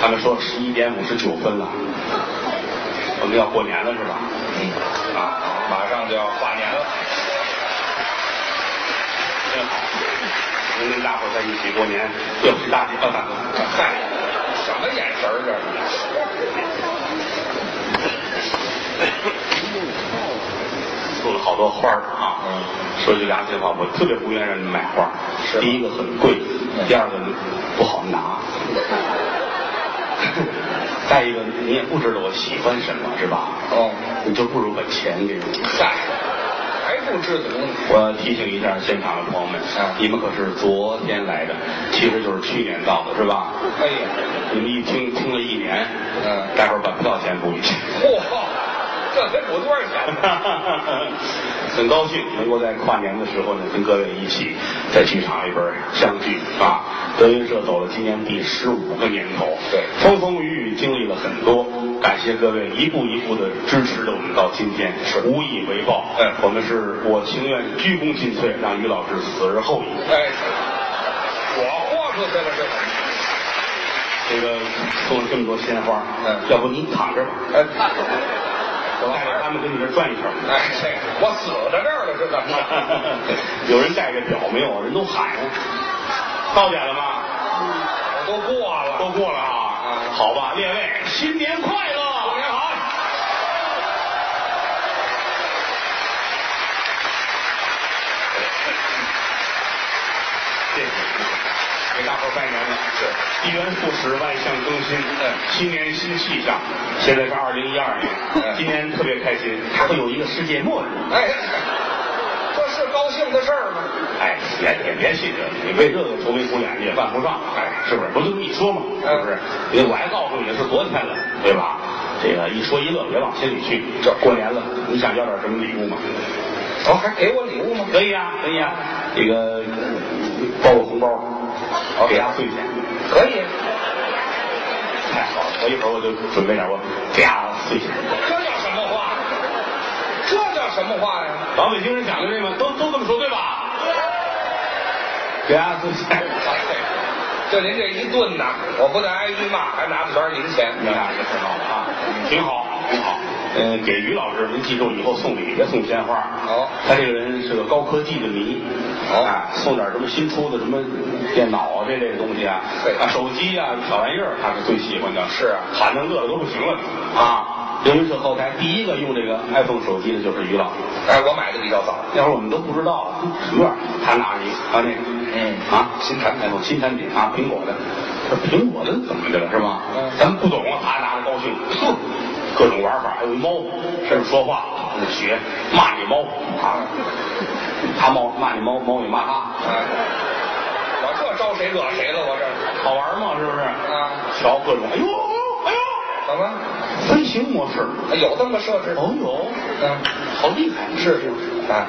他们说十一点五十九分了，我们要过年了是吧？啊，马上就要跨年了，真好，能跟大伙儿在一起过年，对不起大伙儿。嗨，什么眼神儿这 是？送了好多花儿啊。嗯说句良心话，我特别不愿意让你买花儿。是吗第一个很贵，第二个不好拿。 再一个，你也不知道我喜欢什么，是吧？哦，你就不如把钱给我。嗨，还不知足呢？我提醒一下现场的朋友们，嗯你们可是昨天来的，其实就是去年到的，是吧？哎呀，你们一听听了一年，嗯待会儿把票钱补一下。嚯，这得补多 少钱呢？很高兴能够在跨年的时候呢，跟各位一起在剧场里边相聚啊！德云社走了今年第十五个年头，对风风雨雨经历了很多，感谢各位一步一步的支持着我们到今天，是无以为报。嗯我们是我情愿鞠躬尽瘁，让于老师死而后已。哎，我豁出去了这这个。个送了这么多鲜花，嗯要不您躺这吧，哎，我带着他们跟你这儿转一圈。哎，这个我死在这儿了，是怎么 着？有人带着表没有？人都喊，到点了吗？我都过了，都过了啊，嗯好吧，列位，新年快乐！过年好。谢谢，给大伙儿拜年了，是一元复始，万象更新，嗯新年新气象。现在是二零一二年嗯，今年特别开心，还会有一个世界末日。哎，这是高兴的事儿吗？哎，也也别信这个，你为这个愁眉苦脸也犯不上，哎，是不是？不就这么一说嘛，是嗯不是？因为我还告诉你是昨天了，对吧？这个一说一乐，别往心里去。这过年了，你想要点什么礼物吗？哦，还给我礼物吗？可以啊，可以啊，这个包个红包，哦给压岁钱。可以，太好了，我一会儿我就准备点，我给压岁钱。这叫什么话？这叫什么话呀？老北京人讲究这个，都都这么说对吧？给压岁钱。哎就您 这一顿呐，我不但挨一骂，还拿的全是您钱。你俩也知道了啊，挺好，挺好。嗯，给于老师，您记住以后送礼别送鲜花。好他这个人是个高科技的迷。好啊，送点什么新出的什么电脑啊这类的东西啊，对啊，手机啊，小玩意儿，他是最喜欢的。是啊喊的乐的都不行了啊！德云社后台第一个用这个 iPhone 手机的就是于老师，哎，我买的比较早。那会儿我们都不知道什么玩意儿，他拿着一个啊那个，嗯啊新产品，新产品啊苹果的，这苹果的怎么的了是吧？嗯咱们不懂啊，他拿着高兴，哼，各种玩法，还有一猫，甚至说话，那学骂你猫啊，他猫骂你猫，猫也骂他，哎，我这招谁惹谁了？我这好玩吗？是不是？啊，瞧各种，哎呦哎怎么呦，飞行模式，有这么设置？哦呦，嗯，好厉害，是是啊。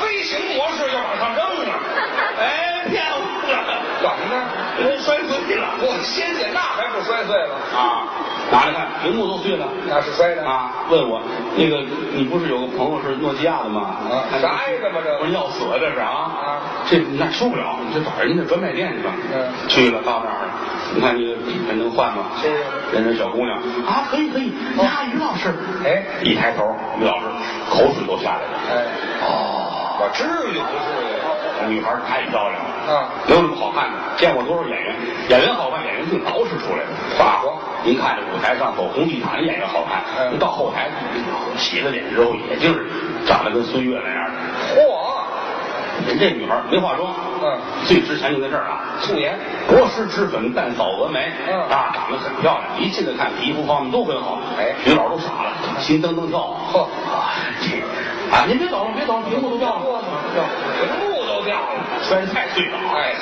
飞行模式就往上扔啊！哎，骗我了，怎么呢？人摔碎了。我仙姐那还不摔碎了？啊，拿来看，屏幕都碎了那是摔的！啊！问我那个，你不是有个朋友是诺基亚的吗？啊哎啥挨着吗这我说要死啊，这是啊！啊这那受不了，你就找人家专卖店去吧。嗯去了到那儿了，你看这个底盘能换吗？是哦人家小姑娘啊，可以可以，呀，于老师，哎一抬头，于老师口水都下来了。哎，哦，啊我至于不至女孩太漂亮了，啊没有那么好看的，见过多少演员？演员好看，演员净捯饬出来的，化妆您看这舞台上走红地毯的演员好看，嗯您到后台洗了脸之后，也就是长得跟孙越那样的。于？嚯，人这女孩没化妆，嗯，最值钱就在这儿了。素颜，国师脂粉，淡扫蛾眉，嗯啊，长得很漂亮，一进来看皮肤方面都很好。哎于老师都傻了，心噔噔跳。呵啊，这啊，您别走了，别走了，屏幕都掉了，屏幕都掉了。摔得太碎了。啊哎，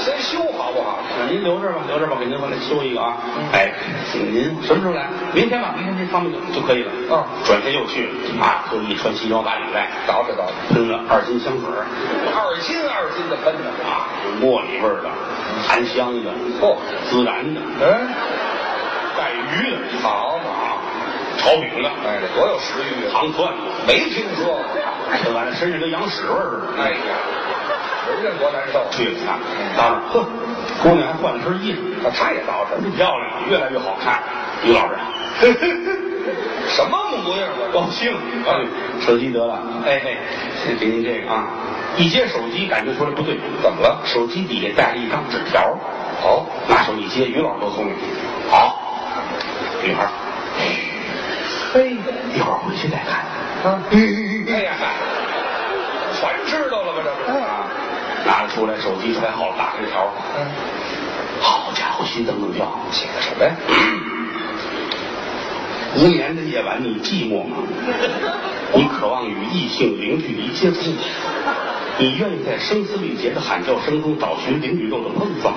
先修好不好？那您留着吧，留着吧，给您回来修一个啊嗯。哎，您哦什么时候来？明天吧，明天这方面就就可以了。嗯转天又去了啊，特意穿西装打领带，捯饬捯饬，喷了二斤香水儿二斤二斤的喷的。啊，有茉莉味儿的，檀香的，嚯，孜然的，嗯，带鱼的，好嘛，啊，炒饼的，哎，这多有食欲啊！糖蒜的，哎没听说过。完了身上跟羊屎味儿似的。哎呀，人家多难受啊！去了他，到那儿，呵，姑娘还换了身衣啊裳，他也捯饬，真漂亮，越来越好看。于老师，呵呵 什么模样啊？高兴啊，手机得了，哎哎，给您这个啊，一接手机感觉出来不对，怎么了？手机底下带着一张纸条，哦，拿手一接，于老师多聪明，好，女孩儿，嘿，一会儿回去再看。啊，哎呀，全知道了吧？这不是？啊，拿了出来，手机揣好了，打开条，嗯，好家伙，心脏更跳。写的什么呀？无眠的夜晚，你寂寞 吗？你渴望与异性零距离接触，你愿意在声嘶力竭的喊叫声中找寻零与肉的碰撞。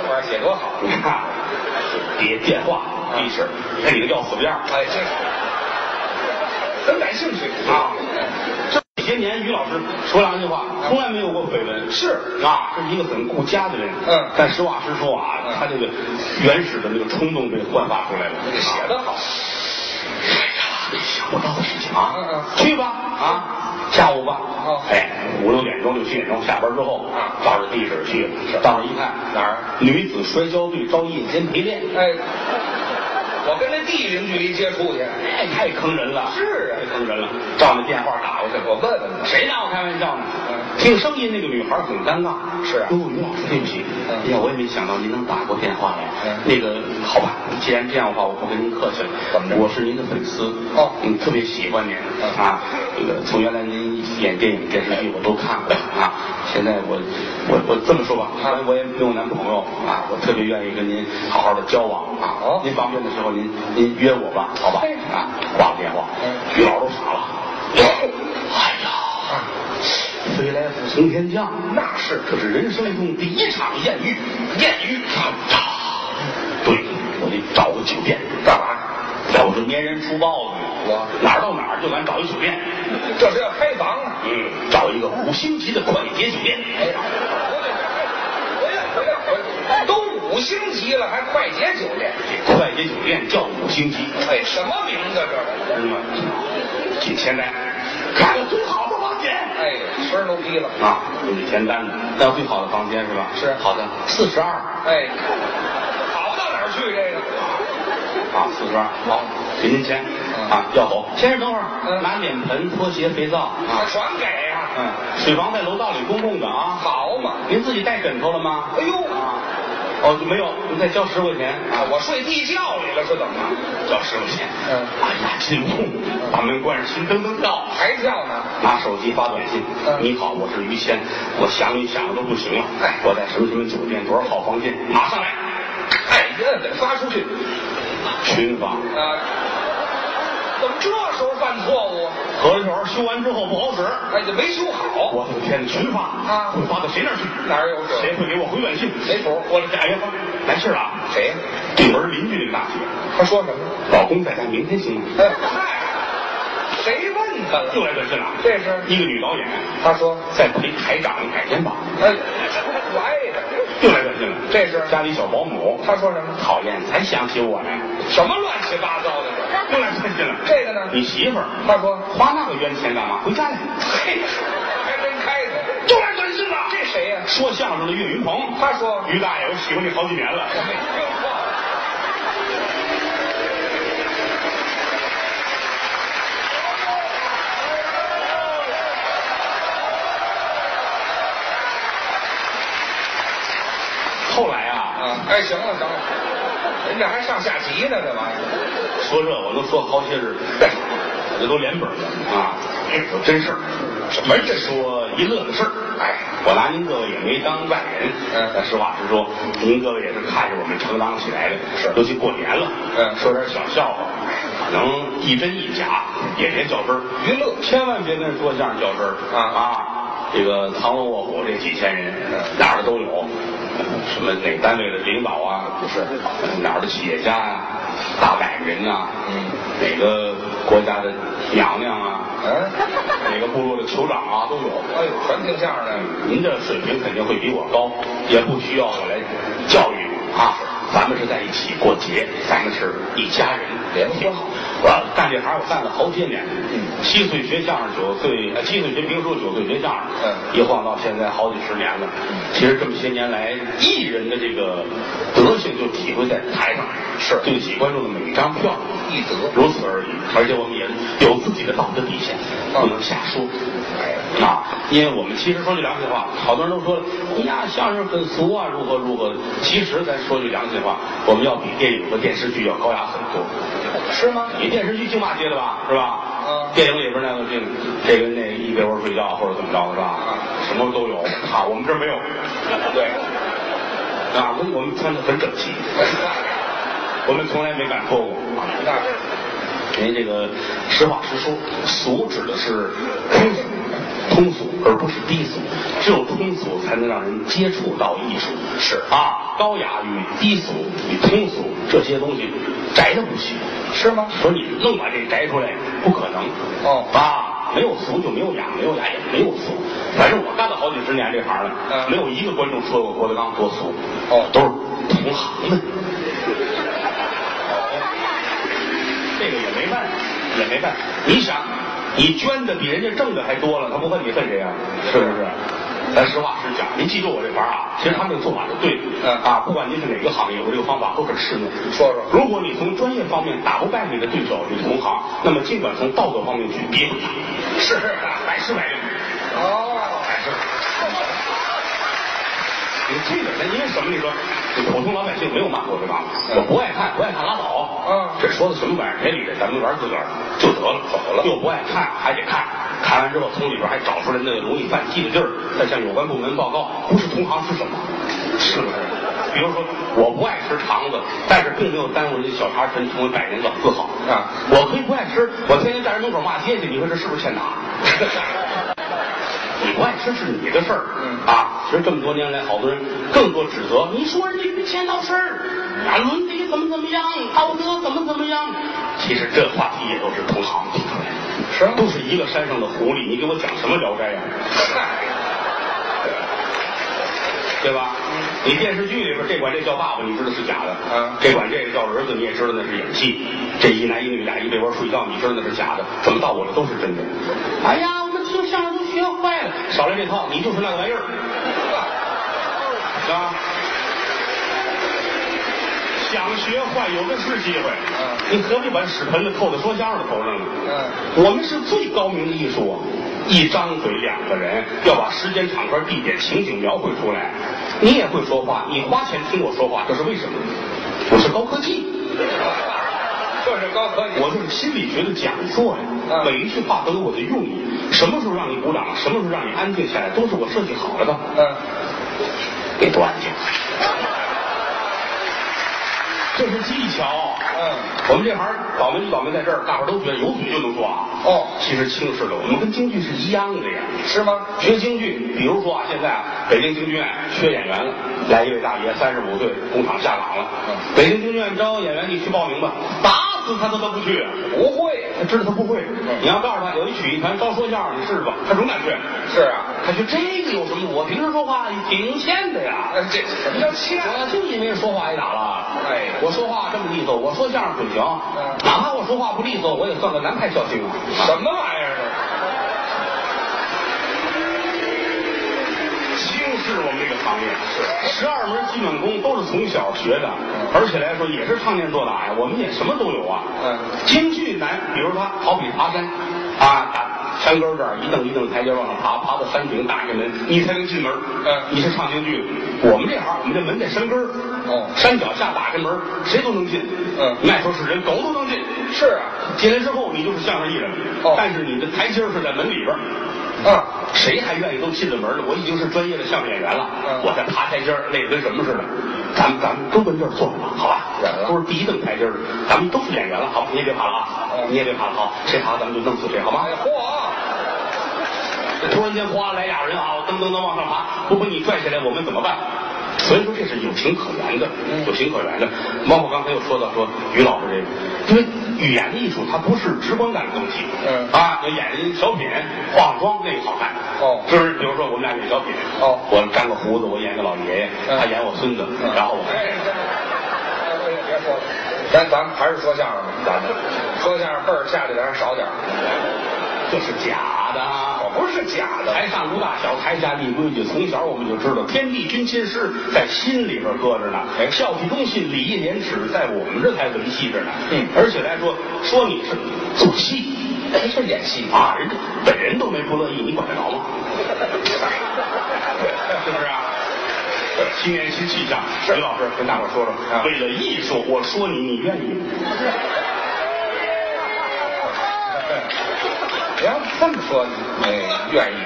这玩意儿写多好！啊你看，底下电话、地址，看你个要死不样哎，这很感兴趣哎啊！这些年，于老师说良心话，从来没有过绯闻。是啊，是一个很顾家的人。嗯但实话实说啊嗯，他这个原始的那个冲动被焕发出来了。这个写的好，哎呀，想不到的事情嗯啊！嗯去吧啊，下午吧。哦哎，五六点钟、六七点钟下班之后，照着地址去，到那一看哪儿？女子摔跤队招夜间陪练。哎，我跟那地零距离接触去，哎，太坑人了！是啊太坑人了。照那电话打过去，我问问他，谁拿我开玩笑呢嗯？听声音，那个女孩很尴尬。哎是啊哟，于老师，对不起，嗯哎呀，我也没想到您能打过电话来。嗯那个，好吧，既然这样的话，我不跟您客气了。怎么着我是您的粉丝。哦嗯，特别喜欢您嗯啊。这个从原来您演电影、电视剧我都看 过啊。现在我我我这么说嗯吧，虽然我也没有男朋友啊，我特别愿意跟您好好的交往啊。哦您方便的时候您您约我吧，好吧？哎啊，挂了电话嗯，于老都傻了。哎呀！飞来福从天降，那是这是人生中第一场艳遇，艳遇咔嚓，对我得找个酒店干嘛？我是粘人出豹子，我哪儿到哪儿就敢找一酒店，这是要开房啊！嗯，找一个五星级的快捷酒店。哎呀，我得我得都五星级了，还快捷酒店？这快捷酒店叫五星级，哎，什么名字这是？嗯，几千单，看了最好的房间。哎，声儿都低了。啊，有一千单的，那最好的房间是吧？是好的，四十二。哎，好不到哪儿去这个。啊，四十二，好，给您钱嗯啊，要走。先生，等会嗯儿拿脸盆、拖鞋、肥皂啊，啊。全给呀、嗯，水房在楼道里公共的啊。好嘛！您自己带枕头了吗？哎呦啊，哦，就没有，您再交十块钱啊，我睡地窖里了是怎么了？交十块钱。嗯哎呀，进屋，把门关上，心噔噔跳。还跳呢？拿手机发短信：“嗯你好，我是于谦，我想你想的都不行了哎。我在什么什么酒店多少号房间，马上来。哎呀，得发出去哎群发，啊！怎么这时候犯错误？啊合着这玩意儿修完之后不好使。哎，就没修好，我的天，群发啊会发到谁那儿去？哪儿有这谁会给我回短信？谁谱我这大约发来信儿了啊。谁呀？对门邻居那个大姐，他说什么？老公在家，明天行吗？哎，嗨，谁问他了？又来短信了。这是一个女导演他说，在陪台长改肩膀，哎，我爱的。又来短信了。这是家里小保姆，他说什么？讨厌才想起我来，什么乱七八糟的这？又来短信了。这个呢你媳妇儿他说，花那个冤钱干嘛？回家来。嘿，还真开的。又来短信了。这谁呀、说相声的岳云鹏，他说于大爷，我喜欢你好几年 了。我没听过。后来啊，啊，哎，行了行了，人家还上下棋呢，这玩意儿。说这我能说好些日子，这都连本了啊！有真事儿，什么这说一乐的事儿。哎，我拿您各位也没当外人，嗯但实话实说，您各位也是看着我们成长起来的，是尤其过年了，嗯说点小笑话，可能一真一假，也别较真儿，娱乐千万别跟说相声较真儿啊嗯啊！这个藏龙卧虎这几千人，哪儿的都有，什么哪单位的领导啊，不是哪儿的企业家呀、大买人呐、嗯，哪个国家的娘娘啊，嗯，哪个部落的酋长啊都有。哎呦，全听相声的。您这水平肯定会比我高，也不需要我来教育啊。咱们是在一起过节，咱们是一家人，联挺欢好。呃我干这行我干了好些年，嗯七岁学相声，九岁呃七岁学评书，九岁学相声，嗯一晃到现在好几十年了。其实这么些年来，艺人的这个德性就体会在台上，是对得起观众的每一张票，易德，如此而已。而且我们也有自己的道德底线，不能瞎说。啊，因为我们其实说句良心话，好多人都说，哎呀，相声很俗啊，如何如何。其实咱说句良心话，我们要比电影和电视剧要高雅很多。是吗？你电视剧净骂街的吧，是吧？嗯电影里边那个这个这个那一被窝睡觉或者怎么着的是吧？嗯什么都有啊，我们这儿没有。对，啊，我们我们穿的很整齐，我们从来没敢脱过。啊那因为这个实话实说，俗指的是通俗，通俗而不是低俗，只有通俗才能让人接触到艺术。是啊，高雅与低俗与通俗这些东西宅的不行。是吗？说你愣把这摘出来，不可能。哦啊，没有俗就没有雅，没有雅也没有俗。反正我干了好几十年这行了，嗯没有一个观众说过郭德纲多俗。哦都是同行的。这个也没办法，也没办法。你想，你捐的比人家挣的还多了，他不恨你恨谁啊？是不是？咱实话实讲，您记住我这法儿啊，其实他们这个做法是对的。嗯啊，不管您是哪个行业，我这个方法都很适用。说说如果你从专业方面打不败你的对手，你的同行，那么尽管从道德方面去诋毁他，是百试百灵，哦，百试。你这个人因为什么？你说，你普通老百姓没有骂过这吧？嗯我不爱看，不爱看拉倒。嗯这说的什么玩意儿？别理它，咱们玩自个儿就得了，走了。又不爱看，还得看。看完之后，从里边还找出来那个容易犯忌的地儿，再向有关部门报告，不是同行是什么？是不是？比如说，我不爱吃肠子，但是并没有耽误人家小茶陈成为百年老字号啊我可以不爱吃，我天天在人门口骂街去，你说这是不是 欠打？你不爱吃是你的事儿，嗯啊，其实这么多年来，好多人更多指责，你说人家于谦老师啊，伦理怎么怎么样，道德怎么怎么样。其实这话题也都是同行提出来的，是吗？都是一个山上的狐狸，你给我讲什么《聊斋》呀、对吧？你电视剧里边这管这叫爸爸，你知道是假的；嗯这管这个叫儿子，你也知道那是演戏。这一男一女俩一被窝睡觉，你知道那是假的。怎么到我这都是真的？哎呀，我们听相声都学坏了，少来这套，你就是那个玩意 儿。啊！想学坏有的是机会，嗯你何必把屎盆子扣在说相声的头上呢？嗯我们是最高明的艺术啊！一张嘴，两个人要把时间、场合、地点、情景描绘出来。你也会说话，你花钱听我说话，这是为什么？我是高科技，这是高科技。我就是心理学的讲座呀、嗯每一句话都有我的用意。什么时候让你鼓掌，什么时候让你安静下来，都是我设计好了的。嗯，给多安静！这是技巧。嗯，我们这行倒霉就倒霉在这儿，大伙儿都觉得有嘴就能说啊。哦其实轻视了，我们跟京剧是一样的呀。是吗？学京剧，比如说啊，现在啊，北京京剧院缺演员了，来一位大爷，三十五岁，工厂下岗了。嗯北京京剧院招演员，你去报名吧，打死他他都不去。啊不会，他知道他不会，你要告诉他有一曲艺团招说相声，你试试吧，他准敢去。是啊，他说这个有什么？我平时说话挺欠的呀。那这什么叫欠？我就因为说话挨打了。哎我说话这么利索，我说相声很行，嗯哪怕我说话不利索，我也算个南派笑星啊。什么玩意儿？轻视我们这个行业，是十二门基本功都是从小学的，而且来说也是唱念做哎打呀，我们也什么都有啊。嗯京剧难，比如他好比爬山，啊，打山根儿这儿一蹬一蹬台阶往上爬，爬到山顶打开门，你才能进门。嗯你是唱京剧的，我们这行我们这门在山根儿，哦山脚下打开门，谁都能进。嗯你爱说是人，狗都能进。是啊，进来之后，你就是相声艺人，哦但是你的台阶儿是在门里边儿。啊，谁还愿意都进了门了？我已经是专业的相声演员了，嗯我再爬台阶儿累得跟什么似的。咱们咱们都跟这儿坐着吧，好吧？忍了都是第一等台阶儿的，咱们都是演员了，好吧？你也别爬了啊，嗯你也别爬了，好，谁爬咱们就弄死谁，好吗哎？嚯，突然间哗来俩人啊，噔噔噔往上爬，不把你拽下来，我们怎么办？所以说这是有情可原的，嗯有情可原的。包括刚才又说到说于老师这个，因为语言的艺术它不是直观感的东西，嗯啊，那演人小品、化妆那个好看，哦就是比如说我们俩演小品，哦我粘个胡子，我演个老爷爷，嗯他演我孙子，然后我哎，这哎我也别说了，咱咱们还是说相声吧，咱们说相声辈儿下去点儿少点儿，这是假的啊。我不是假的，台上如大小，台下立规矩。从小我们就知道，天地君亲师在心里边搁着呢。哎孝悌忠信、礼义廉耻，在我们这才维系着呢。嗯而且来说，说你是做戏哎，就是演戏。啊，人家本人都没不乐意，你管得着吗？ 是不是啊？新年新气象，李老师跟大伙儿说说，啊为了艺术，我说你，你愿意吗？你要这么说，没愿意。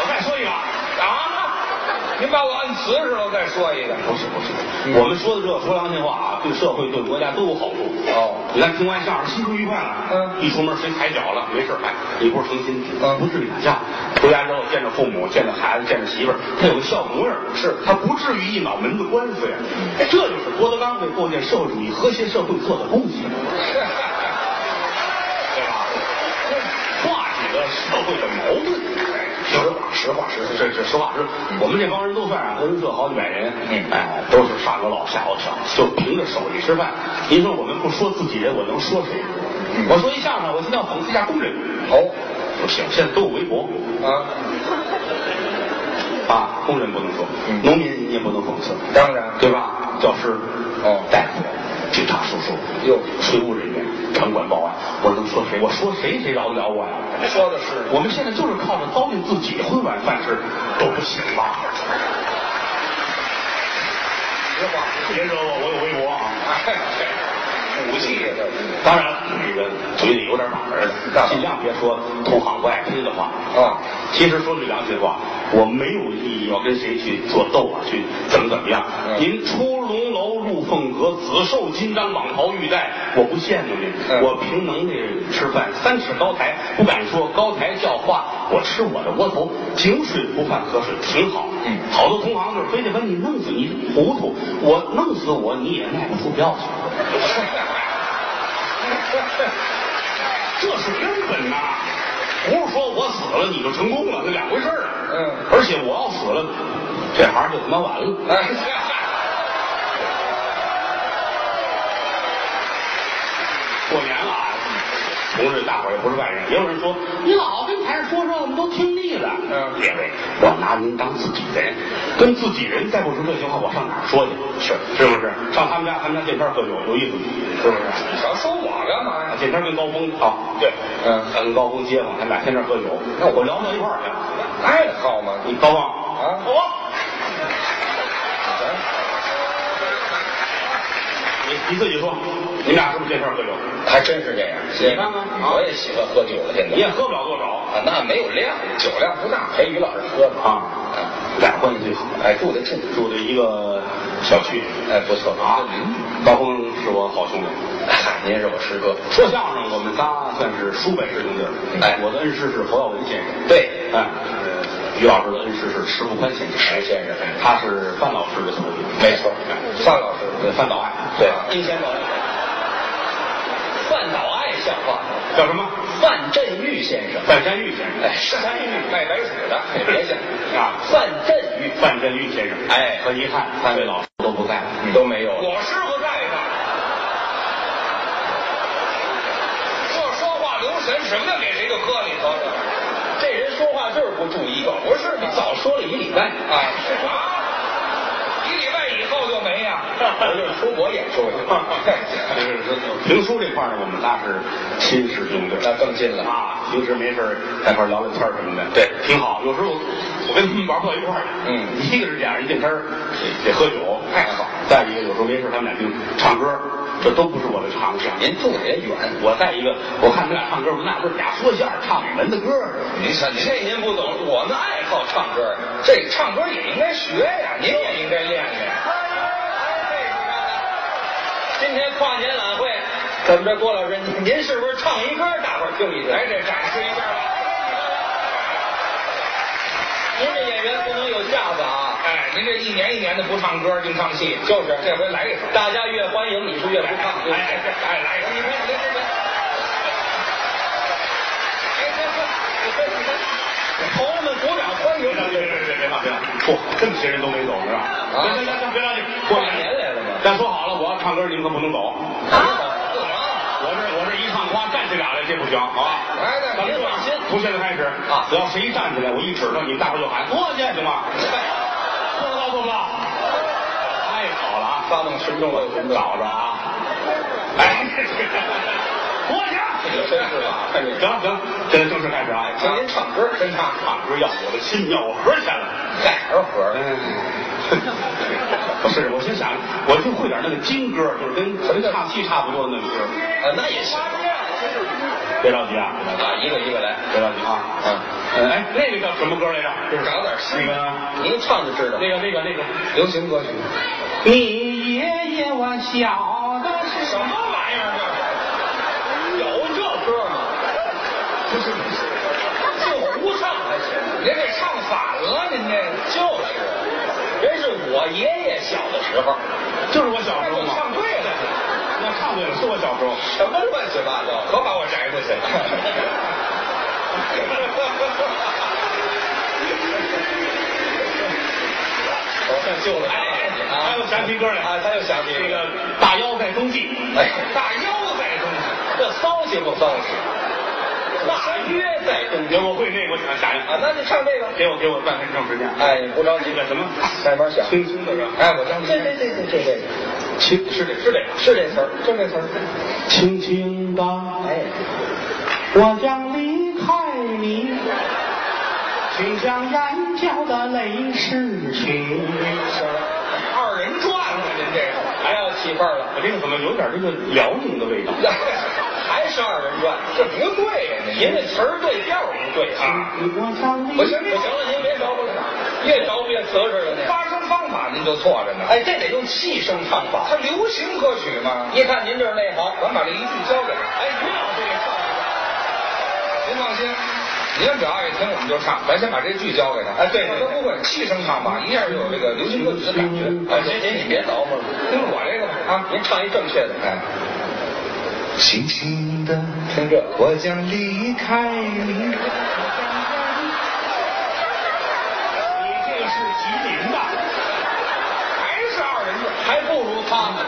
我再说一个啊。啊，您把我按瓷实了，我再说一个。不是不是，嗯我们说的这说良心话啊，对社会对国家都有好处。哦，你看听完相声，心情愉快了。啊嗯一出门谁踩脚了，没事儿，哎，一波成亲，嗯不至于打架。回家之后见着父母，见着孩子，见着媳妇儿，他有个孝模样儿，是他不至于一脑门子官司呀。哎这就是郭德纲为构建社会主义和谐社会做的贡献，对吧？化解了社会的矛盾。实话实话实说这这实话实，我们这帮人都算上合云社好几百人，嗯哎，都是上有老下有小，就凭着手艺吃饭。您说我们不说自己人，我能说谁？嗯我说一相声，我今天要讽刺一下工人，哦不行，现在都有微博啊，啊，工人不能说，嗯农民你也不能讽刺，当然对吧？教师，哦大夫，警察叔叔，哟税务人员，城管保安，我能说谁？我说谁谁饶得了我呀？说的是我们现在就是靠着糟践自己混碗饭吃都不行吧？实话。 别惹我，我有微博啊。哎，武器呀，这是当然，这个嘴里有点把门儿，尽量别说同行不爱听的话。啊，其实说句良心话，我没有意义要跟谁去做斗啊，去怎么怎么样。嗯您出龙楼入凤阁，紫绶金章蟒袍玉带，我不羡慕您，嗯我凭能力吃饭，三尺高台不敢说高台教化，我吃我的窝头，井水不犯河水，挺好。嗯好多同行就是非得把你弄死，你糊涂，我弄死我你也卖不出票去。这是根本呐、不是说我死了你就成功了，那两回事儿啊。嗯而且我要死了，这行就他妈完了。哎，过年了啊，同志大伙儿也不是外人，也有人说你老跟台上说说，我们都听腻了。嗯列位，我拿您当自己人，跟自己人再不说这些话，我上哪儿说去？是是不是？上他们家，他们家见天儿喝酒有意思，是不是？你要说我干嘛呀？见天儿跟高峰啊，对，嗯跟高峰街坊，他们俩天天喝酒，那我我聊到一块儿去了。爱好嘛，你高望啊我，你你自己说，你俩是不是见天儿喝酒？还真是这样。你看看啊我也喜欢喝酒了，现在你也喝不了多少啊，那没有量，酒量不大，陪于老师喝吧。啊，俩关系最好，哎，住得近，住在一个小区哎，不错啊。高峰是我好兄弟，嗨您是我师哥，说相声我们仨算是叔辈师兄弟儿。哎我的恩师是侯耀文先生，对，哎，呃于老师的恩师是石富哎宽先生，石先生他是范老师的徒弟，没错哎，范老师，对范导爱，对殷先生范岛爱像话吗？叫什么？范振钰先生，范山玉先生，哎，山玉卖白薯的，你别想啊范振钰范振钰先生，哎很遗憾，三位老师都不在了，都没有了，我师傅在呢，这说话留神，什么给谁就搁里头了。这人说话就是不注意，可不是你早说了一礼拜啊啊，一礼拜以后就没 呀，我就是出国演出 就去，是说评书这块儿呢，我们仨是亲师兄弟那更近了。啊，平时没事儿在一块儿聊聊天儿什么的，对挺好。有时候我跟他们玩不到一块儿去，嗯一个是俩人见天儿得喝酒，太好了再一个有时候没事儿他们俩就唱歌，这都不是我的长项。您住的也远，我再一个，我看他俩唱歌，我们俩不是俩说相声唱我们的歌儿您看，这您不懂，我们爱好唱歌呀，这个唱歌也应该学呀，您也应该练练。今天跨年晚会，怎么着，郭老师，您您是不是唱一歌，大伙儿听一听？来，哎这展示一下吧。您这演员不能有架子啊！哎，您这一年一年的不唱歌，净唱戏，就是这回来一首。大家越欢迎，你是越不唱歌。哎哎哎，来一首。朋友们，鼓掌欢别别别别别别别！嚯，这么些人都没走是吧？啊别别别别着急，过过年来了吗？但说好了，我要唱歌，你们可不能走。怎么？我这我这一唱，夸站起俩来，这不行啊！哎对咱们放心，从现在开始啊只要谁一站起来，我一指头，你们大伙就喊过去，行吗？做不到，做不到！太好了啊！发动群众的群众找着啊！哎，过去！真是的看这行了行了，现在正式开始啊！听您唱歌，真唱。唱歌要我的心，要我盒钱了。改着活儿嗯， 不是，我先想，我就会点那个京歌，就是跟跟唱戏差不多的那个歌。啊，那也行别着急啊，别着急啊，一个一个来。别着急啊。嗯嗯，哎，那个叫什么歌来着？就是找点那个您唱就知道。那个那个那个，流行歌曲。你爷爷我小的是什么玩意儿有这这？歌吗？不是不是，就胡唱还行。您这唱反了，您这就是。人是我爷爷小的时候，就是我小时候嘛。对了，那唱对了，是我小时候。什么乱七八糟，可把我摘出去。我算救哎了他了还有想起歌来啊！他又想起这个大腰在冬季，哎，大腰在东西，这骚气不骚气？大约在东西行，我会那个，我想想啊，想。那就唱这个。给我给我半分钟时间。哎，你不着急这，个 什么？慢慢想。轻松的歌。哎，我唱这这这这这这个，轻是这是这个。是这词儿，就这词儿。轻轻的，哎，我将离开你，请将眼角的泪拭去。是二人转了，您这个，哎呀，起范儿了。我这个怎么有点这个辽宁的味道？还是二人转，这不对呀、您这词儿对调儿不对啊！我将不行，不行了，您别着了，越着越瓷实了。发声方法您就错着呢。哎，这得用气声唱法，它流行歌曲嘛。一看您这是内行，咱把这一句交给他。哎，于老师给唱一下。您放心，您只要爱听，我们就唱。咱先把这句交给他。哎，对，我都不会气声唱法，一下就有这个流行歌曲的感觉。哎，行行，你别捣鼓了，听我这个吧啊！您唱一正确的，哎，轻轻的，听这。我将离开你。你这个是吉林的，还是二人转，还不如他呢，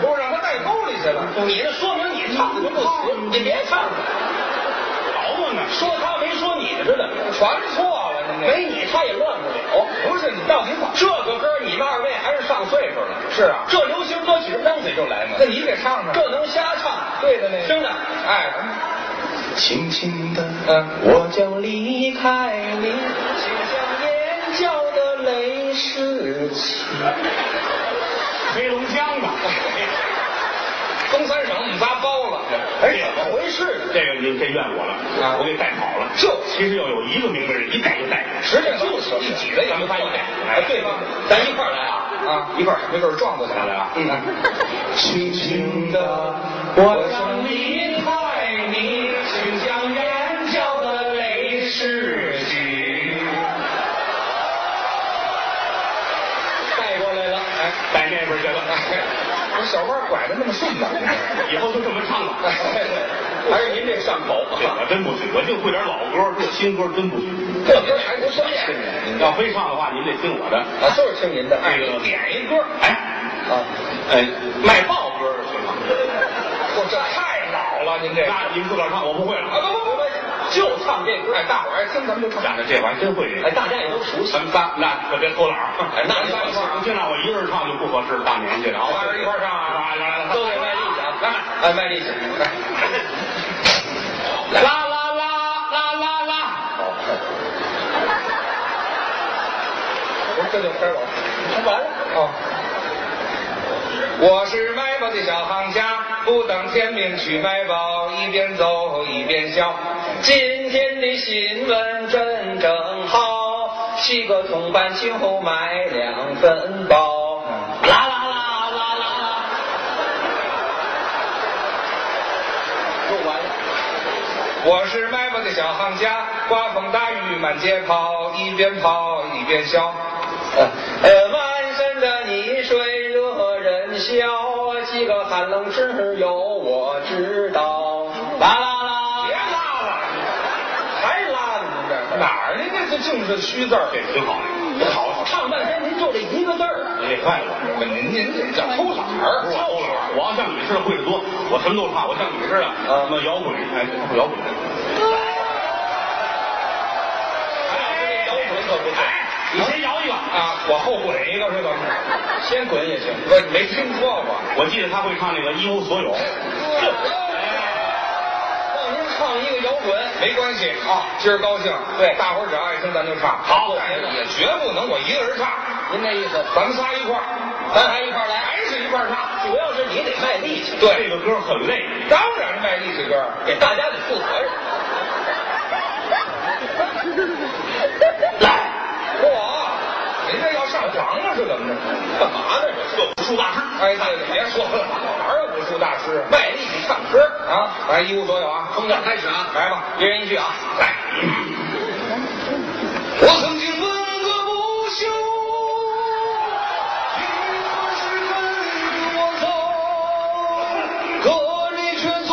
不是让他带沟里去了。你这说明你唱的就不行，你别唱了，捣鼓呢。说他没说你的似的，全错了。没你他也乱不了。不是你到底怎这个歌你们二位还是上岁数了？是啊，这流行歌曲是张嘴就来嘛。那你给唱唱，这能瞎唱？对的呢，听着，哎，轻轻的，啊嗯我将离开你。请将眼角的泪拭 去。黑龙江的。东三省我们仨包了，哎，怎么回事？啊这个您这怨我了，我给带跑了。就其实要有一个明白人，一带就带。实际上就是一挤了也咱们仨一带，哎，对吧？咱一块儿来啊啊，一块儿没准儿撞过去咱俩啊嗯，轻轻的，我我想将离。离开你，请将眼角的泪拭去。带过来了，哎，带那边去了，我小弯拐的那么顺呢，以后就这么唱了。哎还是您这上口，我真不许，我就会点老歌，这新歌真不许。这歌还不算您要非唱的话，您得听我的。啊，就是听您的，嗯哎这个点一歌哎，啊。哎，卖报歌的行吗？我这太老了，您这那啊你们自个儿唱，我不会了。不不不不，就唱这歌，哎，大伙儿爱听咱们就唱。假的，这玩意儿真会这个哎，。大家也都熟悉咱，们仨那可别偷懒儿。哎那你放心就让我一个人唱就不合适，大年纪了。好吧一块儿唱啊来来来，都得卖力气啊！来，哎，卖力气，来， 啦啦啦啦啦啦！好。不是，这就开始了，完了哦。我是卖报的小行家，不等天明去卖报，一边走一边笑。今天的新闻真正好，七个铜板青后买两份包。啦啦啦啦啦啦！又完了。我是卖报的小行家，刮风大雨满街跑，一边跑一边笑。呃，满身的泥水惹人笑，几个寒冷室友我知道。啦啦啦！别拉了，还拉呢？你这哪儿呢？这这净是虚字儿这挺好，好唱半天您就这一个字儿，累坏了。我您您这叫偷懒儿，不是我偷懒儿，我要像你似的会的多，我什么都唱，我像你似的，嗯什么摇滚，哎，摇滚，哎，摇滚可不行。你先摇一个。啊，我后滚一个是怎么着？先滚也行。我没听说过。我记得他会唱那个《一无所有》，让您唱一个摇滚没关系啊，今儿高兴，对，大伙儿只要爱听咱就唱。好但是也绝不能我一个人唱，您这意思，咱们仨一块儿，咱还一块儿来还是一块儿唱。主要是你得卖力气，这对，个歌很累，当然卖力气歌儿，给大家得负责任。嚯，您这要上场了是怎么着？干嘛呢？这这武术大师。哎，对对，别说了，哪儿有武术大师？卖力气唱歌，啊，来一无所有啊，从这儿开始啊，来吧。一人一句啊。来，我曾经问个不休，你何时跟着我走？可你却总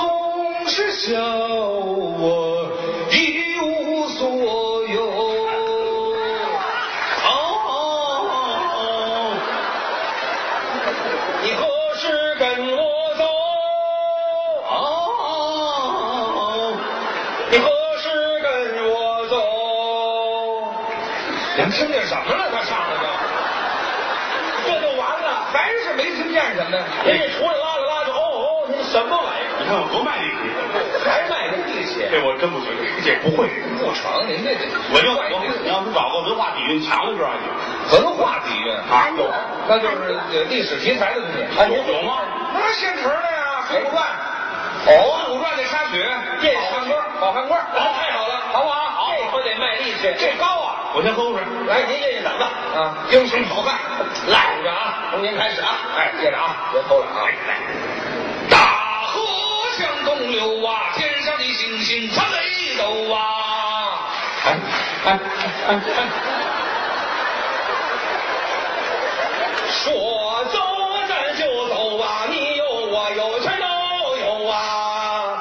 是笑我一无所有。哦，你何时跟我走？哦。你何时跟我走？您听见什么了？他唱的都，这就完了，还是没听见什么呀？您这除了拉了拉就哦哦，您什么玩意儿？你看我多卖力气，还卖这力气？这我真不行，这不会。不成，您这得我就我你要不找个文化底蕴强的歌儿去文化底蕴，啊，有那就是呃历史题材的东西。有有吗？那现成的呀，《水浒传》。哦，《水浒传》那插曲，这唱歌，好汉歌，好，太好了，好不好？好，这可得卖力气。这高啊！我先喝口水。来，您这怎么了？啊，英雄好汉，来，着啊，从您开始啊。哎，接着啊，别偷懒啊。大河向东流啊，天上的星星它北斗啊。哎哎哎哎！说走咱就走啊，你有我有，全都有啊。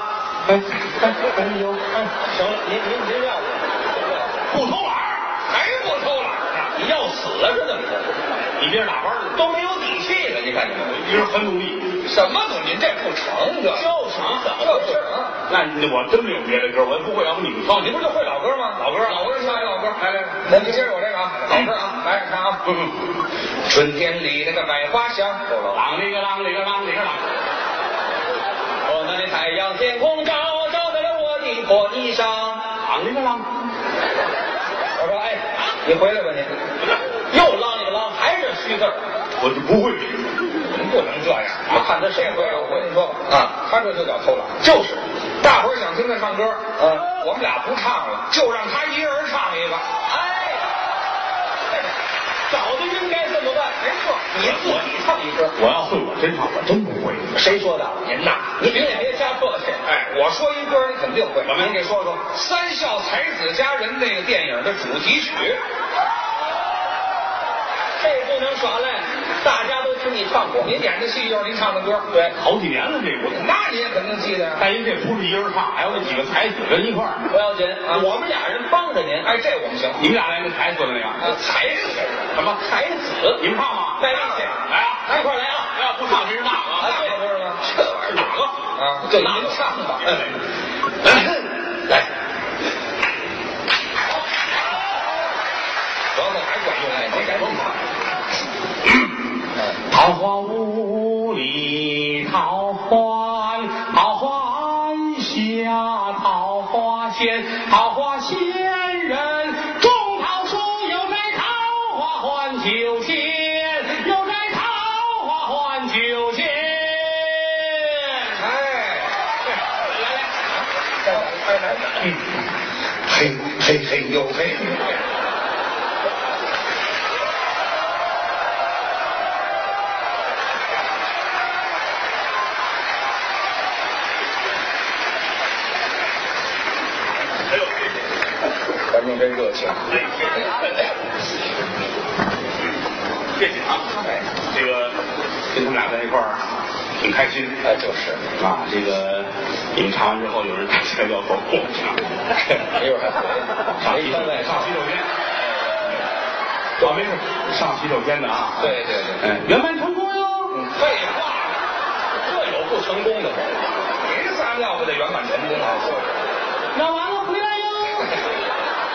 哎哎哎呦！行了，您您您让我，不偷懒儿，还不偷懒啊？你要死了是怎么着？你别人打班儿，都没有底气了，你看见没？一人很努力。什么东西？这不成，这就是这怎不么回事成。那你我真没有别的歌儿，我也不会，要不你们哦唱，你不是会老歌吗？老歌啊老歌，唱一老歌，来哎来，来，你接着我这个啊，老嗯歌啊，来看啊，春天里那个百花香，够了吧？啷里个啷里个啷里个啷。我们的太阳天空照，照在了我的破衣裳。啷里个啷，我说哎，你回来吧你，又浪里个浪，还是虚字儿。我就不会。您不能这样。我看他这这回回我我跟跟你你说说吧吧，啊，他这就叫偷懒，就是，大伙儿想听他唱歌，嗯，啊我们俩不唱了，就让他一人唱一个， 哎，早就应该这么办。没错，你自己唱一歌，我要会，我真唱，我真不会。谁说的？您呐，您也别瞎客气。哎，我说一歌你肯定会，怎么您给说说《三笑才子佳人》那个电影的主题曲，这不能耍赖，大家都听你唱过。您演的戏就是您唱的歌，对，好几年了，这个。那你也肯定记得哎呀。但因这不是一人唱，还有那几个才子跟一块儿。不要紧，我们俩人帮着您。哎，这我们行，啊你们俩来那才子那样，才子什么？才子，你们唱吗？卖力气，来啊！哎来一块儿来啊！要不唱谁是大啊，王？那可不是吗？这玩是意哪个？啊，就就您您唱唱吧吧。哎来，舌头还管用哎，你赶紧吧。桃花坞里桃花，桃花下桃花仙，桃花仙人种桃树，有摘桃花换酒钱，有摘桃花换酒钱。哎，来来来来，嘿嘿嘿呦嘿，观众真热情。啊谢谢啊，这个跟他们俩在一块儿挺开心。哎，就是，啊，这个你们唱完之后，有人打钱要走，我唱，一会儿还回来 上洗没手分外上洗手间。啊，没事，上洗手间的啊。对对对嗯哎，圆满成功哟。废话，这有不成功的吗？您撒尿不得圆满成功啊？那完了，回来哟。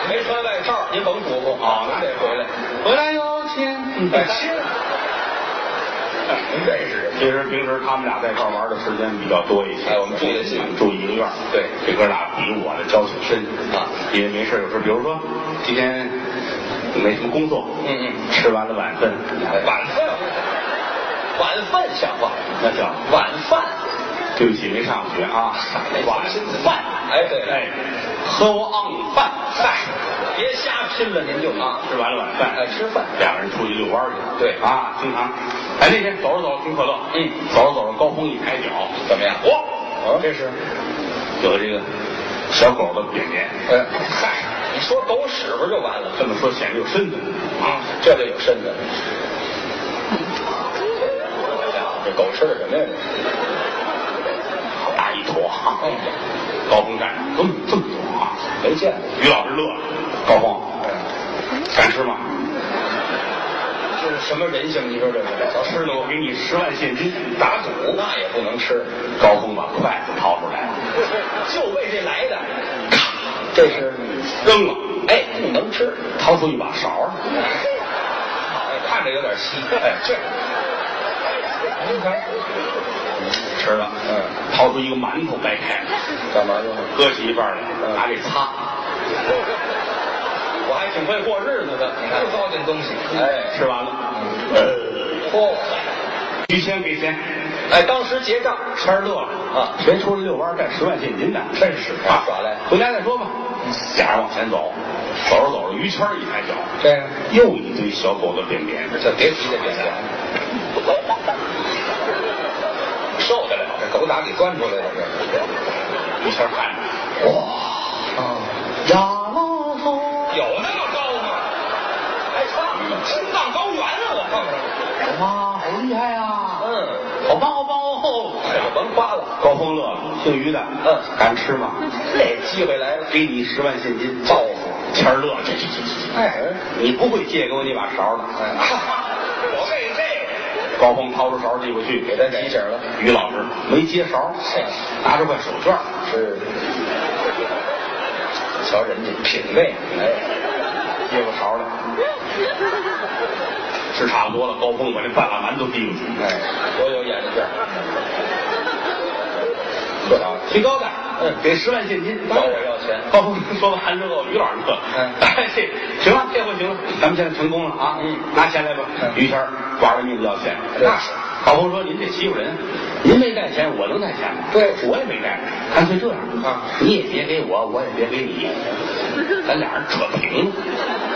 没穿外套，您甭嘱咐啊，您得回来。回来哟，亲。哎，亲，您认识人？其实平时他们俩在这儿玩的时间比较多一些，哎我们住得近住一个院儿对这哥俩比我的交情深啊，因为没事儿有时候，比如说今天没什么工作，嗯嗯，吃完了晚饭，俩人晚饭，晚饭像话，那行，晚饭，对不起没上学啊，晚饭，哎对，哎，喝我昂饭，嗨，别瞎拼了，您就啊，吃完了晚饭，哎吃饭，两个人出去遛弯儿去，对啊，经常，哎那天走着走着挺可乐，嗯，走着走着高峰一抬脚，怎么样？哇，这是有这个小狗的便便。哎，嗨，你说狗屎不就完了？这么说显得有身份啊。这就有身份。这狗吃的什么呀？好大一坨啊！嗯高峰站长，怎么这么多啊？没见过，于老师乐了，高峰，敢吃吗？这是什么人性？你说这是？要吃了，我给你十万现金。打赌那也不能吃，高峰把筷子掏出来，就为这来的。这是，扔了，哎，不能吃。掏出一把勺儿，哎，看着有点稀。哎，这，您看，吃了，嗯，掏出一个馒头掰开，干嘛用？啊搁起一半来，嗯拿这擦，我还挺会过日子的，你看又。糟践东西。哎，嗯吃完了，呃，嚯、于谦给钱，哎，当时结账，谦儿乐了啊谁出来遛弯儿带十万现金的？真是啊，耍赖。回家再说吧。俩人往前走，走着走着，于谦儿一抬脚，这样，又一堆小狗的便便。这别提这点钱，受得了。这狗打里钻出来了，这于谦儿看着，呀啦吼，有那么高吗？还唱心脏高原啊！我碰上。哇，好厉害啊！嗯，好棒，好棒哦！这个甭夸了，高峰乐了，姓于的，嗯敢吃吗？这机会来了，给你十万现金。报复。谦儿乐了，这这这这哎，这，你不会借给我那把勺的。 我为这高峰掏出勺递过去，给他提醒了，于老师没接勺，拿出块手绢儿，是，瞧人家品味，哎，接过 勺来，吃差不多了。高峰把这半拉馒头递过去，哎，多有眼力劲儿。喝到提高的，嗯给十万现金，找我要钱高峰说完之后，于老师乐，嗯哎，这行了，这回行了，咱们现在成功了啊，嗯拿钱来吧。嗯于谦儿玩了命要钱，那是。高峰说：“您这欺负人，您没带钱，我能带钱吗？对我也没带，干脆这样啊你也别给我，我也别给你，咱俩人扯平了，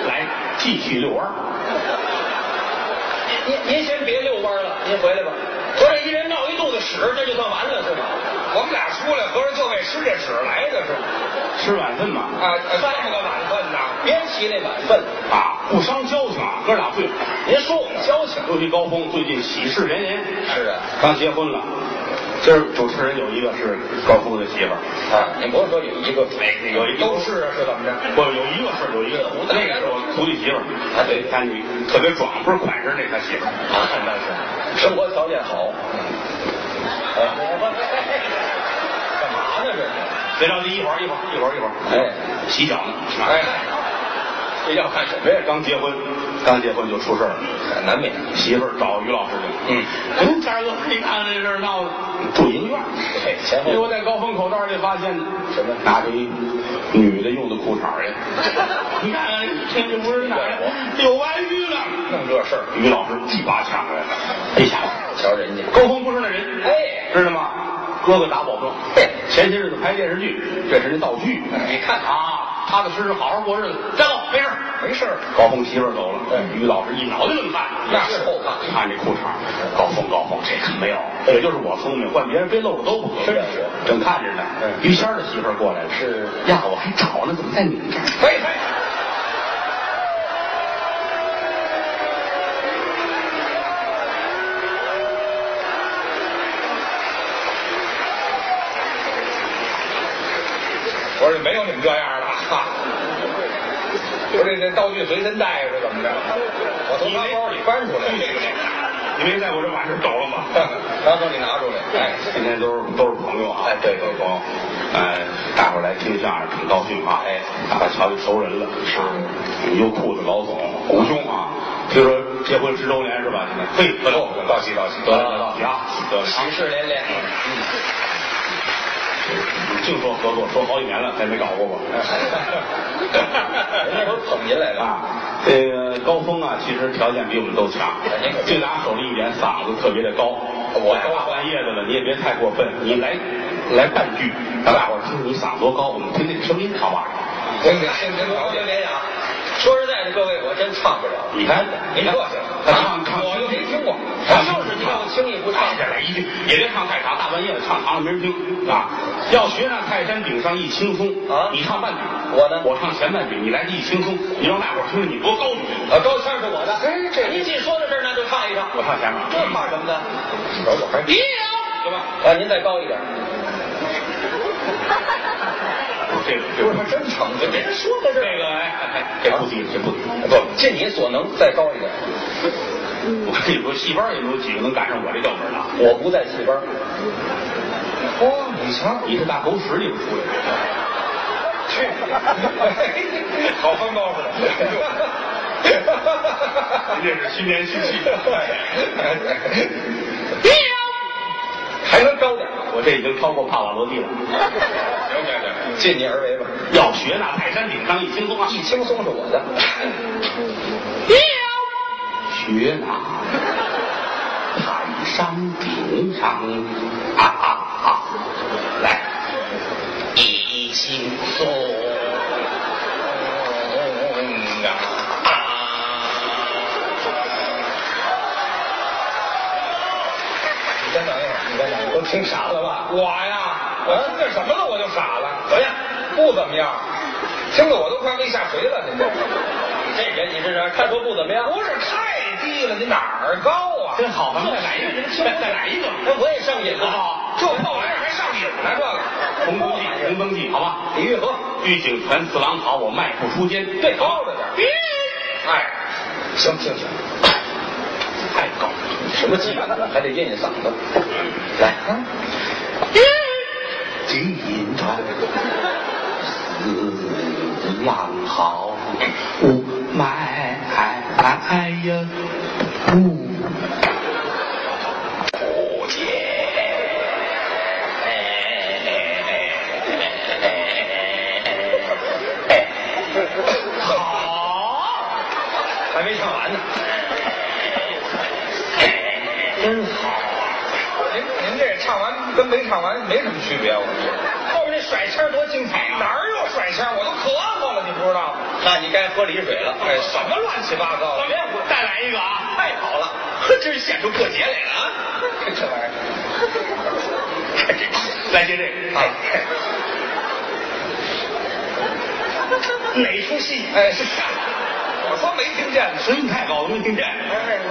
来继续遛弯儿。您您先别遛弯了，您回来吧。不是一人闹一肚子屎，这就算完了是吧？我们俩出来，合着就为吃这屎来的是吗？吃晚饭嘛，啊，这么个晚饭呐？别提那晚份了，啊，不伤交情啊，哥俩最好。您说我们交情尤其高峰最近喜事连连，是啊，刚结婚了。今儿主持人有一个是高峰的媳妇儿，啊？您不是说有一个哎，有一个都是啊，是怎么着？不有一个是有一个，那个是我徒弟媳妇儿，啊对看你特别壮，不是款式那他媳妇儿，啊，那是生活条件好。嗯哎，干嘛呢这是？别着急，一会儿一会儿一会儿一会儿，哎洗脚呢，是吧哎，，这要看什么人也刚结婚，刚结婚就出事儿了，呀？嗯难免。媳妇儿找于老师去，嗯，嗯，家哥，你看这事儿闹的，住一个院儿。嘿，前因为后我在高峰口袋里发现什么拿着一女的用的裤衩 儿呀！你看看，这就不是哪儿的，有外遇了。弄这事儿，于老师一把抢过来了，哎呀，瞧人家，高峰不是那人，哎知道吗？哥哥打保票，嘿前些日子拍电视剧，这是那道具，哎你看啊，踏踏实实好好过日子，站住，没事儿。没事儿，高峰媳妇儿走了哎，于老师一脑袋冷汗，那是后怕看这裤衩儿，高峰高峰，这可没有，也哎就是我聪明，换别人非露了都不可。真是正看着呢嗯，于谦儿的媳妇儿过来了，是呀，我还找呢，怎么在你们这儿？嘿嘿，我说没有你们这样的啊，不是这道具随身带着是怎么着？我从他包里翻出来，你 没在我这把式抖了吗？然后你拿出来，哎，今天都是都是朋友啊，哎对都是朋友，哎，大伙儿来听相声挺高兴啊，哎，大伙儿瞧见熟人了，是优酷的老总古兄啊，听说结婚十周年是吧？现在，嘿，不了哦，道喜道喜得了道喜啊，得了，喜事连连。净说合作，说好几年了，还没搞过吧？ 人那会儿捧您来了，啊，这个高峰啊，其实条件比我们都强哎您可，最拿手的一点，嗓子特别的高。我啊哎大半夜的了，你也别太过分，你来来半句，让大伙儿听你嗓子多高，我们听听声音好吧？听听听听条别件。别啊！说实在的，各位，我真唱不了。你看，啊您啊这行他唱唱，我就没听过，他就是这样轻易不唱哎这来一句，也别唱太长，大半夜的唱长了没人听啊。要学上泰山顶上一轻松啊你唱半句，我呢我唱前半句，你来一轻松，你让大伙儿听着你多高明。啊，高腔是我的。哎，这您既说到这儿，那就唱一唱。我唱前面，这怕什么呢？我还别啊！啊，您再高一点。这个这不个是他真成就，这说到这个哎哎，这不低，这不低。啊不，尽你所能，再高一点。嗯我跟你说，戏班也没有几个能赶上我这调门的。我不在戏班儿，哦，你瞧，你是大狗屎里边出来的，去， 好风高似的。 这是新年新气。哎还能高点儿， 我这已经超过帕瓦罗蒂了。行行行，尽你而为吧。要学那泰山顶上一轻松啊，一轻松是我的。学那泰山顶上啊啊啊！来，一轻松啊！你先等一会儿，你先等一会儿，都听傻了吧？我呀，我听见什么了我就傻了，怎么样？不怎么样，听得我都快胃下垂了，您这这人你这是他说不怎么样，不是太低了，你哪儿高啊？真好，咱们这再来一个，再再来一个，那我也上瘾了。这破玩意儿还上瘾呢，这红灯记，红灯记，好吧？李玉和，玉井泉四郎好，我迈步出监，个，这高着点儿。哎，行行行，太高了。什么气还得咽咽嗓子。来，金银头，四郎好，五买哎呀，五不见。好，还没唱完呢。真好。您您这唱完跟没唱完没什么区别，我觉后面那甩腔多精彩得啊！哪儿有甩腔，我都咳嗽了，你不知道吗？那你该喝梨水了。哎，什么乱七八糟的？别，再来一个啊！太好了，呵，真是显出过节来了啊！这玩意儿，来接这个。哎哪出戏？哎，是我说没听见呢。声音太高，我没听见。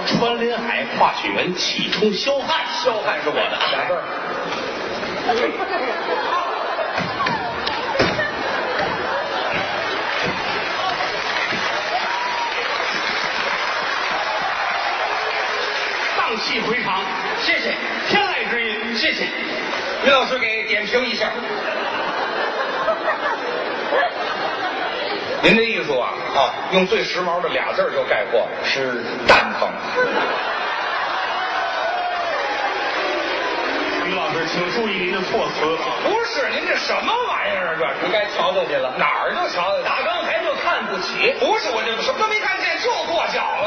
穿林海，跨雪原，气冲霄汉。彪悍是我的。俩字儿。荡气回肠，谢谢，天籁之音。谢谢。于老师给点评一下。您这艺术啊啊，用最时髦的俩字儿就概括了，是蛋疼。于老师，请注意您的措辞。啊不是，您这什么玩意儿啊？你该瞧瞧去了这，哪儿就瞧得到打刚才就看不起，哎不是，我这什么都没看见，就跺脚了。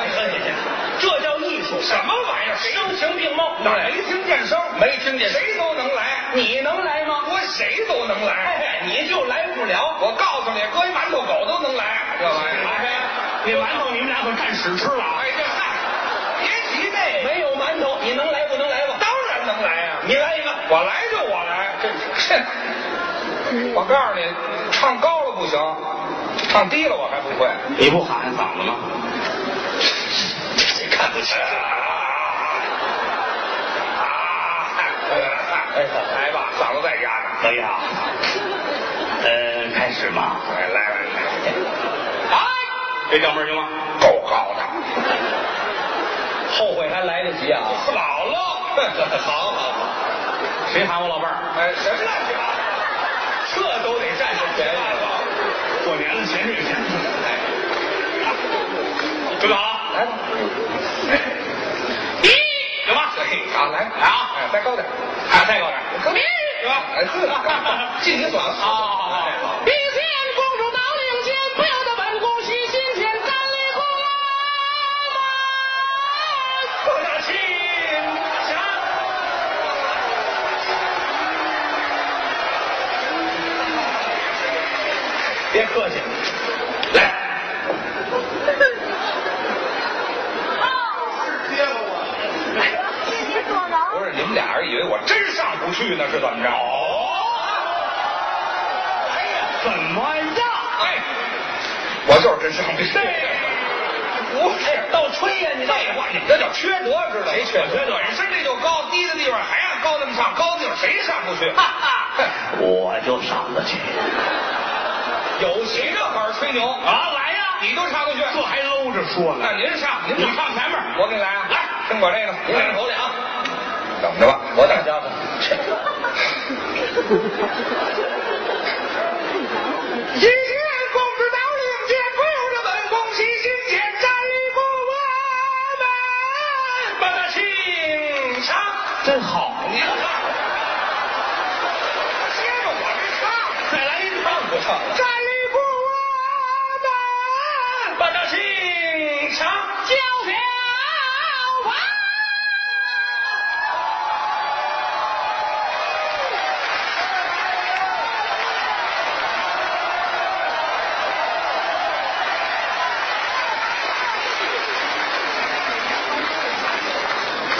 这叫艺术，什么玩意儿？谁声情并茂。哪儿没听见声？没听见谁都能来，你能来吗？我谁都能来。哎，你就来不了。我告诉你，搁一馒头狗都能来，哎这玩意儿。那馒头你们俩可占屎吃了啊！哎，这嗨，别提这个，没有馒头，你能来不能来吧？当然能来啊。你来一个。我来就我来，这是。我告诉你，唱高了不行，唱低了我还不会。你不喊嗓子吗？谁看不起？哎来吧，嗓子在压着。可以哎啊。呃，开始嘛。来来来，啊！这调门行吗？够好的，后悔还来得及啊！老了，好好好，谁喊我老伴儿？哎，什么乱七八糟？这都得占着便宜了。过年了，钱这个钱。哎准备好了？来吧，一，行吧？嘿，啊，来来啊哎再高点，还再高点。可别，是吧？哎，是啊，尽你所能。好哦好好好好。一见公主到领间，不由得本宫喜心间，三里关不打亲侠。别客气，尽你所能。不是你们俩人以为我真上不去呢，是怎么着？怎么样？哎，我就是真上不去。不是，倒吹呀、你倒废话，你们这叫缺德，知道吗？谁缺德？本身这就高，低的地方还让高那么上，高的地方谁上不去？哈哈，我就上得去 有谁这好好吹牛啊？啊！来呀，你都上得去？这还搂着说呢那。您上，您你上上前面我给你来啊！来听我这个，您两口里啊，等着吧，我等着。一见公主到领间，不由得本宫喜心间，站立不稳。把他请上，真好，您上，接着我这上，再来一趟不唱了。哎站立不稳，把他请上，叫啊小王。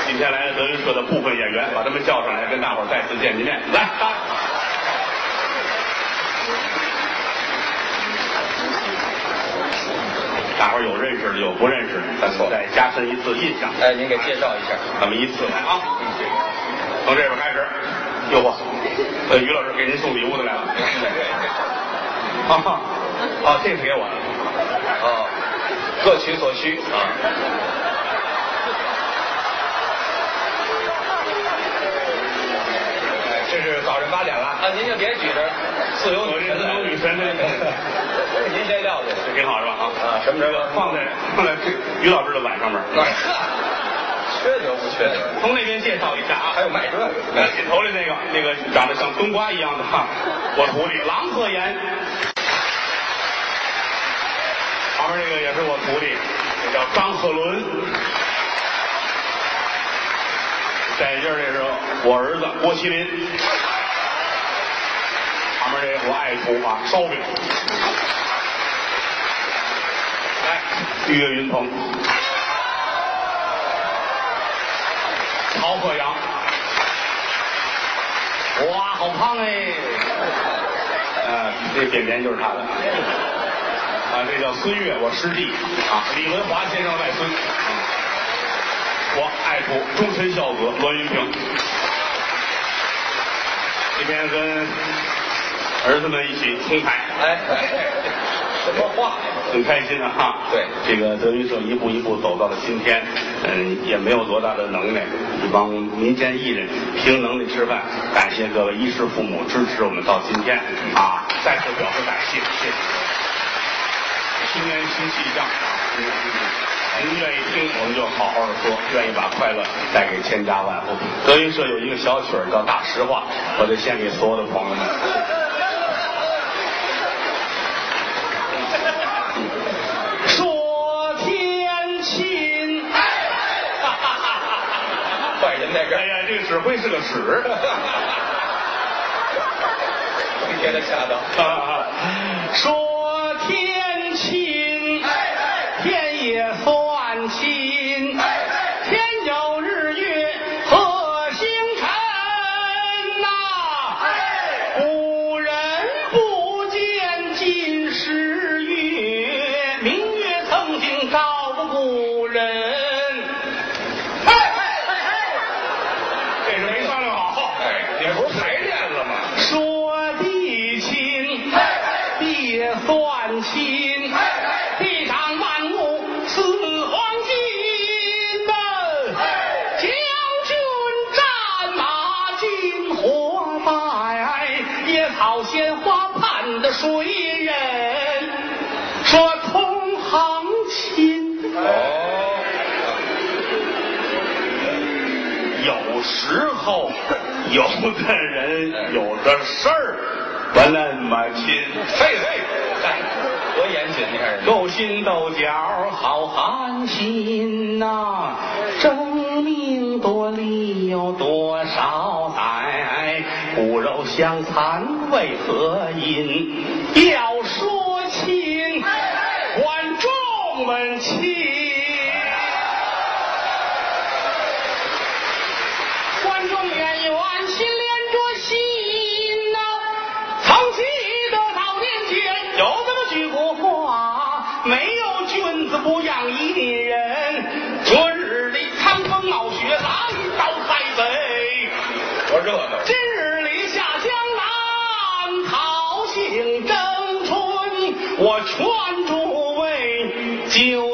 今天来了德云社的部分演员，把他们叫上来，跟大伙儿再次见见面。来，来大伙儿有认识的，有不认识的，咱们再加深一次印象。哎，您给介绍一 下。咱们依次来啊，从这边开始。哟呵，呃，于老师给您送礼物的 来了。啊，啊，这是给我的。啊，各取所需啊。哎，这是早晨八点了，啊，您就别举着自由哦我女神这自了由女神这 这是您先撂的。这挺好是吧？啊啊什么时候放在放在这于老师的碗上面。哎呵，缺德不缺德？哎从那边介绍一下啊，还有卖这个那紧头里那个那个长得像冬瓜一样的哈，我徒弟郎鹤炎。旁边这个也是我徒弟，这叫张鹤伦。戴眼镜儿这是我儿子郭麒麟。旁边这个我爱徒啊，烧饼。来，玉岳云鹏，曹鹤阳。哇，好胖哎！呃，这扁扁就是他的。啊，这叫孙越，我师弟啊，李文华先生外孙。我爱徒终身孝子栾云平。今天跟儿子们一起同台，哎，什么话呀？很开心啊！哈，对这个德云社一步一步走到了今天，嗯，也没有多大的能耐，一帮民间艺人凭能力吃饭。感谢各位衣食父母支持我们到今天啊，再次表示感谢，谢谢。新年新气象，嗯您愿意听我们就好好的说，愿意把快乐带给千家万户。德云社有一个小曲儿叫《大实话》，我就献给所有的朋友们。说天亲，坏人那个 哎，呀，这个指挥是个屎。您给他吓到。说天亲，天也算亲，天有日月和星辰呐、古人不见今时月，明月曾经照过古人。嘿嘿嘿嘿，哎这是没商量好。哎，你不是排练了吗？哎说地亲，地也算哎哎哦后有的人有的事儿不那么亲，嘿嘿，嗨，哎多严谨，你看人家。勾心斗角好寒心呐、争名夺利有多少载？骨肉相残为何因？要说亲，观众们亲。观众演员心连着心呐、曾记得早年间有这么句古话：没有君子不养一人。昨日里趟风闹雪来到塞北，多热闹！今日里下江南讨杏争春。我劝诸位酒